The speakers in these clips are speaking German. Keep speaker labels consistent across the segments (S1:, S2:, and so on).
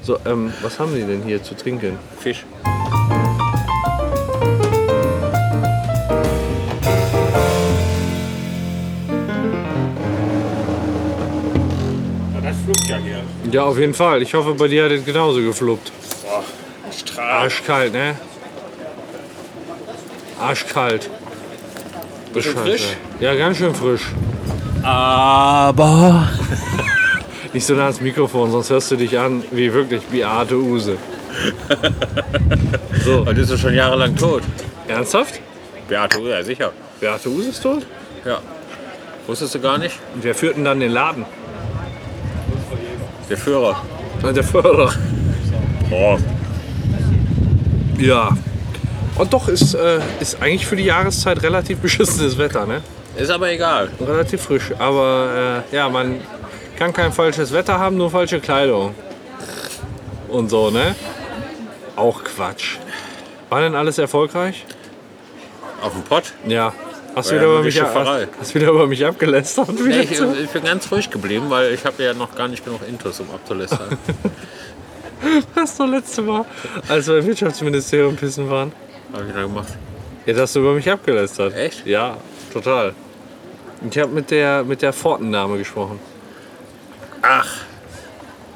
S1: So, ähm, was haben Sie denn hier zu trinken?
S2: Fisch. Das flucht ja hier.
S1: Ja, auf jeden Fall. Ich hoffe, bei dir hat es genauso gefluppt.
S2: Boah, Strahl.
S1: Arschkalt, ne? Arschkalt. Bescheuert,
S2: frisch?
S1: ey. Ja, ganz schön frisch.
S2: Aber.
S1: Nicht so nah ans Mikrofon, sonst hörst du dich an wie wirklich Beate Use.
S2: So. Und ist er schon jahrelang tot.
S1: Ernsthaft?
S2: Beate, ja, sicher.
S1: Beate Use ist tot?
S2: Ja. Wusstest du gar nicht?
S1: Und wer führt denn dann den Laden?
S2: Der Führer. Oh.
S1: Na, Der Förderer.
S2: Boah.
S1: Ja. Und doch ist, äh, ist eigentlich für die Jahreszeit relativ beschissenes Wetter, ne?
S2: Ist aber egal.
S1: Relativ frisch. Aber äh, ja, man kann kein falsches Wetter haben, nur falsche Kleidung. Und so, ne? Auch Quatsch. War denn alles erfolgreich?
S2: Auf dem Pott.
S1: Ja. Hast du
S2: Ja,
S1: wieder, über
S2: nur die
S1: mich,
S2: Schifferei.
S1: hast, hast wieder über mich abgelästert?
S2: Nee, ich, ich bin ganz ruhig geblieben, weil ich habe ja noch gar nicht genug Intus, um abzulästern.
S1: Das doch letzte Mal, als wir im Wirtschaftsministerium pissen waren.
S2: habe ich da gemacht.
S1: Jetzt hast du über mich abgelästert.
S2: Echt?
S1: Ja, total. Ich habe mit der, mit der Fortendame gesprochen.
S2: Ach.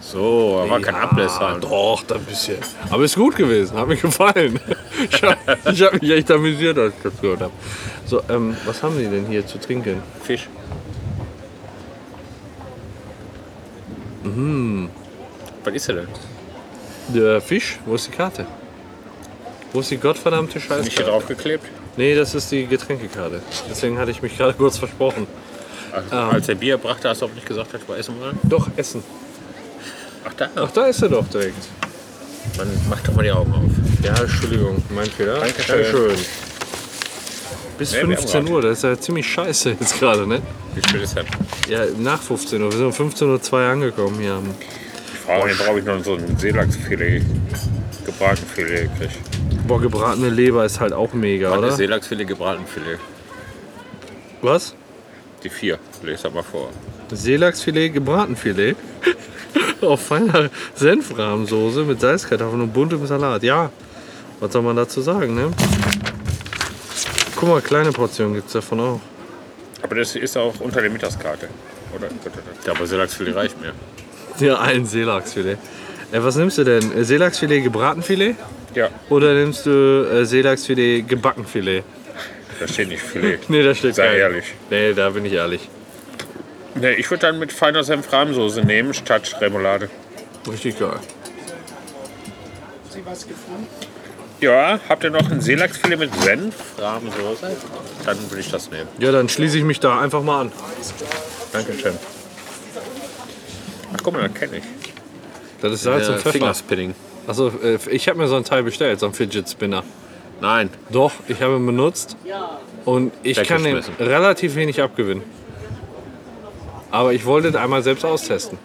S2: So, aber kein Ablästern.
S1: Doch, da ein bisschen. Aber ist gut gewesen, hat mir gefallen. Ich habe hab mich echt amüsiert, als ich das gehört habe. So, ähm, was haben Sie denn hier zu trinken?
S2: Fisch. Mhm. Was ist er denn?
S1: Der Fisch? Wo ist die Karte? Wo ist die gottverdammte Scheiße?
S2: Nicht hier draufgeklebt?
S1: Nee, das ist die Getränkekarte. Deswegen hatte ich mich gerade kurz versprochen.
S2: Also, Als er Bier brachte, hast du auch nicht gesagt, dass wir essen wollen?
S1: Doch, Essen.
S2: Ach, da.
S1: Ach, da ist er doch direkt.
S2: Man macht doch mal die Augen auf.
S1: Ja, Entschuldigung, mein Fehler.
S2: Dankeschön.
S1: Bis
S2: Nee, wir haben
S1: 15
S2: gerade.
S1: Uhr, das ist ja ziemlich scheiße jetzt gerade, ne?
S2: Wie spät ist das?
S1: Ja, nach 15 Uhr. Wir sind um 15.02 Uhr angekommen hier. am-
S2: Oh, hier brauche ich noch so ein Seelachsfilet. Gebratenfilet krieg.
S1: Boah, gebratene Leber ist halt auch mega,
S2: Was ist
S1: oder?
S2: Seelachsfilet, Gebratenfilet?
S1: Was?
S2: Die vier. Lest das mal vor.
S1: Seelachsfilet, gebratenfilet. Auf feiner Senfrahmsoße mit Salzkartoffeln und buntem Salat. Ja, was soll man dazu sagen, ne? Guck mal, kleine Portionen gibt es davon auch.
S2: Aber das ist auch unter der Mittagskarte. Oder? Ja, aber Seelachsfilet reicht mir.
S1: Ja, ein Seelachsfilet. Äh, was nimmst du denn? Äh, Seelachsfilet, gebratenfilet?
S2: Ja,
S1: Oder nimmst du äh, Seelachsfilet, gebackenfilet?
S2: da steht nicht Filet.
S1: Nee, da steht
S2: Sei
S1: kein.
S2: ehrlich.
S1: Nee, da bin ich ehrlich.
S2: Nee, ich würde dann mit feiner Senfrahmsoße nehmen statt Remoulade.
S1: Richtig geil.
S2: Ja, habt ihr noch ein Seelachsfilet mit Senfrahmsoße? Dann würde ich das nehmen.
S1: Ja, dann schließe ich mich da einfach mal an.
S2: Dankeschön. Ach guck mal, das kenne ich.
S1: Das ist
S2: Äh,
S1: Salz und Pfeffer.
S2: Fingerspinning.
S1: Also äh, ich habe mir so ein Teil bestellt, so ein Fidget Spinner.
S2: Nein,
S1: Doch, ich habe ihn benutzt und ich kann den
S2: Weggeschmissen.
S1: relativ wenig abgewinnen. Aber ich wollte es einmal selbst austesten.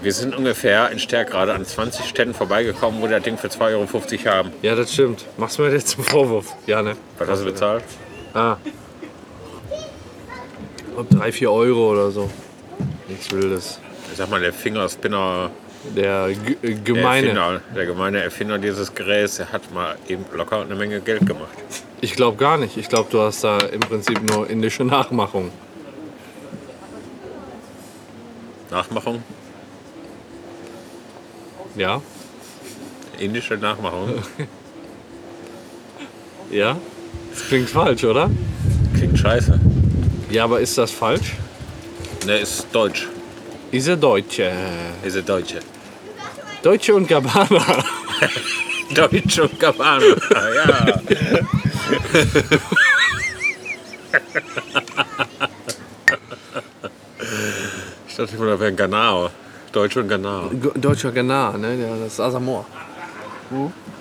S2: wir sind ungefähr in Stärkrade an 20 Ständen vorbeigekommen, wo die das Ding für 2,50 Euro haben.
S1: Ja, das stimmt. Mach's mir jetzt zum Vorwurf. Ja, ne?
S2: Was hast du bezahlt?
S1: Ich glaub, drei, vier Euro oder so. Nichts Wildes.
S2: Ich sag mal, der Fingerspinner,
S1: Der G äh,
S2: der
S1: gemeine.
S2: Erfinder, der gemeine Erfinder dieses Geräts, der hat mal eben locker eine Menge Geld gemacht.
S1: Ich glaube gar nicht. Ich glaube, du hast da im Prinzip nur indische Nachmachung.
S2: Nachmachung?
S1: Ja?
S2: Indische Nachmachung?
S1: Ja? Das klingt falsch, oder?
S2: Klingt scheiße.
S1: Ja, aber ist das falsch?
S2: Ne, ist deutsch.
S1: Ist er Deutsche?
S2: Ist er Deutsche.
S1: Deutsche und Gabbana.
S2: Deutsch und Gabbana. ja. ich dachte immer, da wäre ein Ganao. Deutsch und Ganao.
S1: Deutscher Ghana, ne? Ja, das ist Asamoah.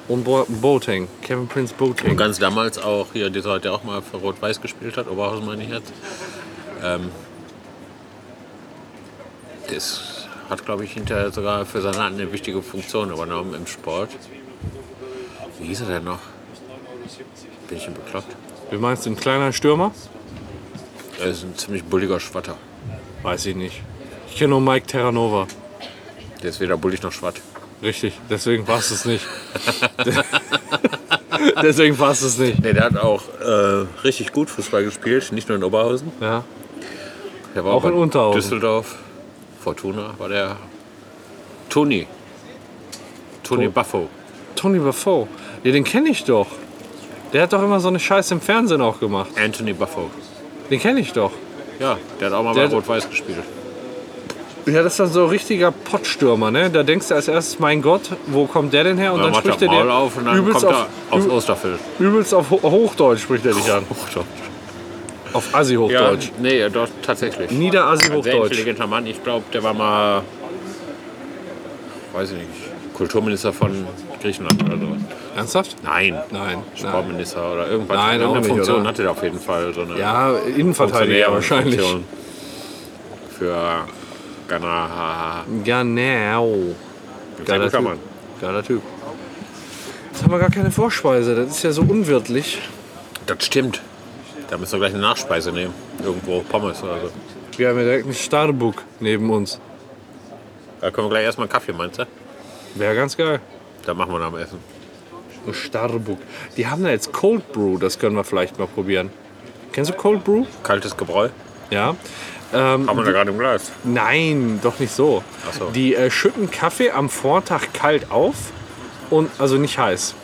S1: Und Bo Boateng. Kevin Prince
S2: Und
S1: Boateng.
S2: ganz damals auch hier dieser, der auch mal für Rot-Weiß gespielt hat, Oberhausen meine ich jetzt. Ähm, das hat, glaube ich, hinterher sogar für seine Hand eine wichtige Funktion übernommen im Sport. Wie hieß er denn noch? Bin ich denn bekloppt?
S1: Wie meinst du, ein kleiner Stürmer?
S2: Er ist ein ziemlich bulliger Schwatter.
S1: Weiß ich nicht. Ich kenne nur Mike Terranova.
S2: Der ist weder bullig noch schwatt.
S1: Richtig, deswegen passt es nicht. deswegen passt es nicht.
S2: Nee, der hat auch äh, richtig gut Fußball gespielt, nicht nur in Oberhausen.
S1: Ja.
S2: Der war
S1: Auch in
S2: bei
S1: Unterhausen.
S2: Düsseldorf, Fortuna war der Toni. Toni Buffo.
S1: Tony Buffo. Ja, den kenne ich doch. Der hat doch immer so eine Scheiße im Fernsehen auch gemacht.
S2: Anthony Buffo.
S1: Den kenne ich doch.
S2: Ja, der hat auch mal
S1: Der
S2: bei
S1: hat-
S2: Rot-Weiß gespielt.
S1: Ja, das ist dann so ein richtiger Pottstürmer, ne? Da denkst du als erstes, mein Gott, wo kommt der denn her? Und
S2: Dann
S1: dann
S2: macht er
S1: spricht er
S2: Maul
S1: dir
S2: auf und dann
S1: übelst,
S2: kommt er
S1: auf,
S2: aufs Osterfeld.
S1: übelst auf Ho- Hochdeutsch spricht er dich an. Auf
S2: Ja,
S1: Assi-Hochdeutsch.
S2: nee, doch, tatsächlich. Ein sehr
S1: Niederassi-Hochdeutsch.
S2: intelligenter Mann. Ich glaube, der war mal, weiß ich nicht, Kulturminister von Griechenland oder so.
S1: Ernsthaft?
S2: Nein,
S1: Nein. nein.
S2: Sportminister oder irgendwas.
S1: Nein, auch
S2: Irgendeine
S1: nicht,
S2: Funktion
S1: oder?
S2: hatte der auf jeden Fall. So eine
S1: Ja, Innenverteidiger wahrscheinlich.
S2: Funktion. Für Ghana.
S1: Genau.
S2: Sehr guter
S1: Typ.
S2: Mann.
S1: Geiler Typ. Jetzt haben wir gar keine Vorspeise. Das ist ja so unwirtlich.
S2: Das stimmt. Da müssen wir gleich eine Nachspeise nehmen. Irgendwo Pommes oder so.
S1: Wir haben ja direkt einen Starbuck neben uns.
S2: Da können wir gleich erstmal einen Kaffee, meinst du?
S1: Wäre ganz geil.
S2: Dann machen wir nach dem Essen.
S1: Ein Starbuck. Die haben da jetzt Cold Brew. Das können wir vielleicht mal probieren. Kennst du Cold Brew?
S2: Kaltes Gebräu.
S1: Ja. Ähm,
S2: Haben wir da gerade im Glas.
S1: nein, doch nicht so.
S2: Ach so.
S1: Die äh, schütten Kaffee am Vortag kalt auf. Und also nicht heiß.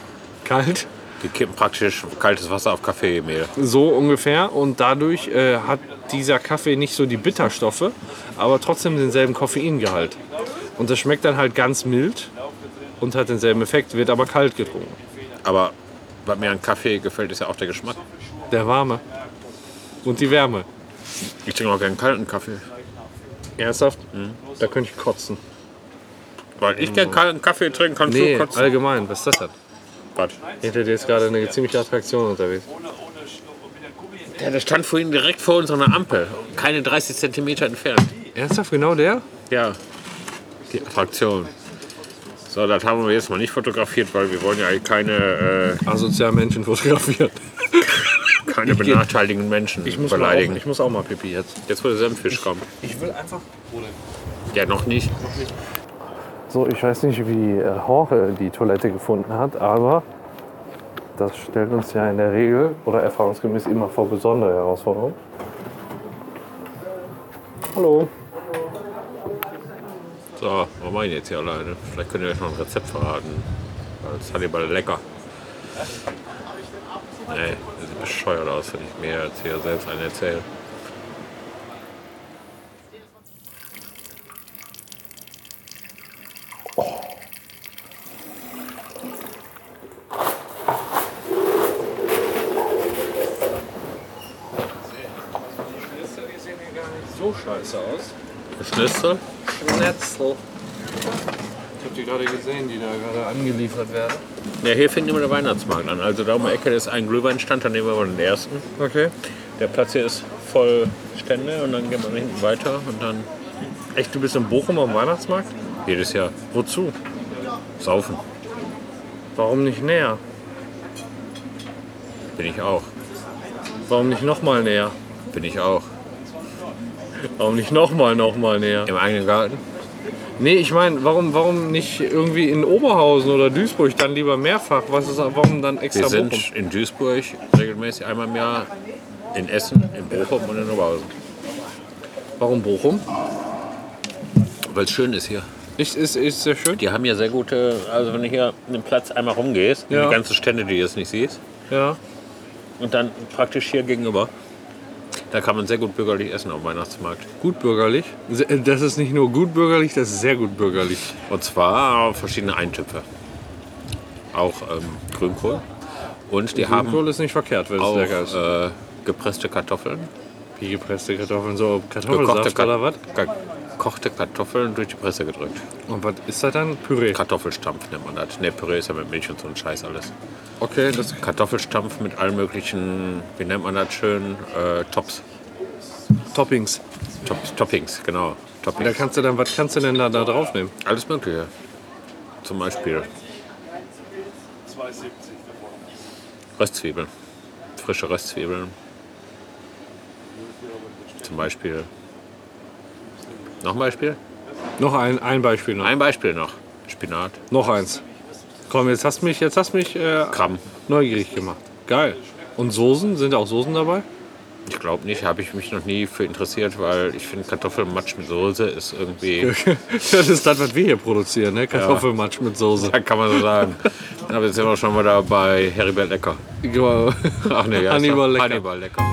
S1: Kalt.
S2: Die kippen praktisch kaltes Wasser auf Kaffeemehl.
S1: So ungefähr. Und dadurch äh, hat dieser Kaffee nicht so die Bitterstoffe, aber trotzdem denselben Koffeingehalt. Und das schmeckt dann halt ganz mild und hat denselben Effekt, wird aber kalt getrunken.
S2: Aber was mir an Kaffee gefällt, ist ja auch der Geschmack.
S1: Der warme. Und die Wärme.
S2: Ich trinke auch gerne kalten Kaffee.
S1: Ernsthaft? Da könnte ich kotzen.
S2: Weil ich gerne kalten Kaffee trinken kann,
S1: Nee,
S2: du kotzen.
S1: allgemein, was ist das denn?
S2: Quatsch.
S1: Hinter dir ist gerade eine ziemliche Attraktion unterwegs.
S2: Ja, der stand vorhin direkt vor uns an der Ampel. Keine 30 Zentimeter entfernt.
S1: Ernsthaft, genau der?
S2: Ja, die Attraktion. So, das haben wir jetzt mal nicht fotografiert, weil wir wollen ja keine,
S1: Asozial Menschen fotografiert.
S2: äh, keine benachteiligenden Menschen beleidigen.
S1: ich muss auch mal pipi jetzt.
S2: Jetzt wurde Senffisch kommen.
S1: Ich will einfach
S2: Ja, noch nicht.
S1: So, ich weiß nicht, wie äh, Jorge die Toilette gefunden hat, aber das stellt uns ja in der Regel oder erfahrungsgemäß immer vor besondere Herausforderungen. Hallo.
S2: So, was machen jetzt hier alleine? Vielleicht könnt ihr euch noch ein Rezept verraten. Das ist Hannibal lecker. Nee, das sieht bescheuert aus, wenn ich mir jetzt hier selbst einen erzähle.
S1: Die sehen hier gar nicht so scheiße aus.
S2: Schnitzel?
S1: Schnetzel. Ich habe die gerade gesehen, die da gerade angeliefert werden.
S2: Ja, hier fängt immer der Weihnachtsmarkt an. Also da um die Ecke ist ein Glühweinstand, dann nehmen wir mal den ersten.
S1: Okay.
S2: Der Platz hier ist voll Stände und dann geht man hinten weiter und dann
S1: Echt, du bist in Bochum am Weihnachtsmarkt?
S2: jedes Jahr
S1: Wozu?
S2: saufen.
S1: Warum nicht näher?
S2: Bin ich auch.
S1: Warum nicht nochmal näher?
S2: Bin ich auch.
S1: Warum nicht nochmal, nochmal näher?
S2: Im eigenen Garten?
S1: Nee, ich meine, warum, warum nicht irgendwie in Oberhausen oder Duisburg dann lieber mehrfach? Was ist, warum dann extra
S2: Wir
S1: Bochum?
S2: sind in Duisburg regelmäßig einmal im Jahr, in Essen, in Bochum und in Oberhausen.
S1: Warum Bochum?
S2: Weil es schön ist hier.
S1: Ist, ist, ist sehr schön.
S2: Die haben hier sehr gute, also wenn du hier den Platz einmal rumgehst,
S1: Ja.
S2: die ganzen Stände, die du jetzt nicht siehst,
S1: Ja.
S2: und dann praktisch hier gegenüber, da kann man sehr gut bürgerlich essen am Weihnachtsmarkt.
S1: Gut bürgerlich. Se- äh, Das ist nicht nur gut bürgerlich, das ist sehr gut bürgerlich.
S2: Und zwar verschiedene Eintöpfe. Auch ähm, Grünkohl. Und
S1: Mhm.
S2: die haben
S1: Grünkohl ist nicht verkehrt, wenn es
S2: auch
S1: lecker ist.
S2: äh, gepresste Kartoffeln.
S1: Wie gepresste Kartoffeln, so
S2: Gekochte,
S1: Kartoffelsaft
S2: Ka
S1: oder was?
S2: gekochte Kartoffeln durch die Presse gedrückt.
S1: Und was ist das dann? Püree.
S2: Kartoffelstampf nennt man das. Ne, Püree ist ja mit Milch und so ein Scheiß alles.
S1: Okay, das
S2: Kartoffelstampf mit allen möglichen, wie nennt man das schön, äh, Tops.
S1: Toppings.
S2: Top, Toppings, genau.
S1: Da
S2: Toppings.
S1: kannst du dann, was kannst du denn da, da draufnehmen?
S2: Alles Mögliche. Zum Beispiel Röstzwiebeln. Frische Röstzwiebeln. Zum Beispiel. Noch ein Beispiel?
S1: Noch ein, ein Beispiel noch.
S2: Ein Beispiel noch. Spinat,
S1: Noch eins. Komm, jetzt hast mich, jetzt hast mich äh,
S2: Krabben.
S1: neugierig gemacht. Geil. Und Soßen? Sind auch Soßen dabei?
S2: Ich glaube nicht, habe ich mich noch nie für interessiert, weil ich finde Kartoffelmatsch mit Soße ist irgendwie,
S1: das ist das, was wir hier produzieren, ne? Kartoffelmatsch mit Soße.
S2: da kann man so sagen. Aber jetzt sind wir schon wieder bei Heribert Lecker.
S1: Genau.
S2: Ach nee, wie heißt er?
S1: Hannibal Lecker.
S2: Hannibal Lecker.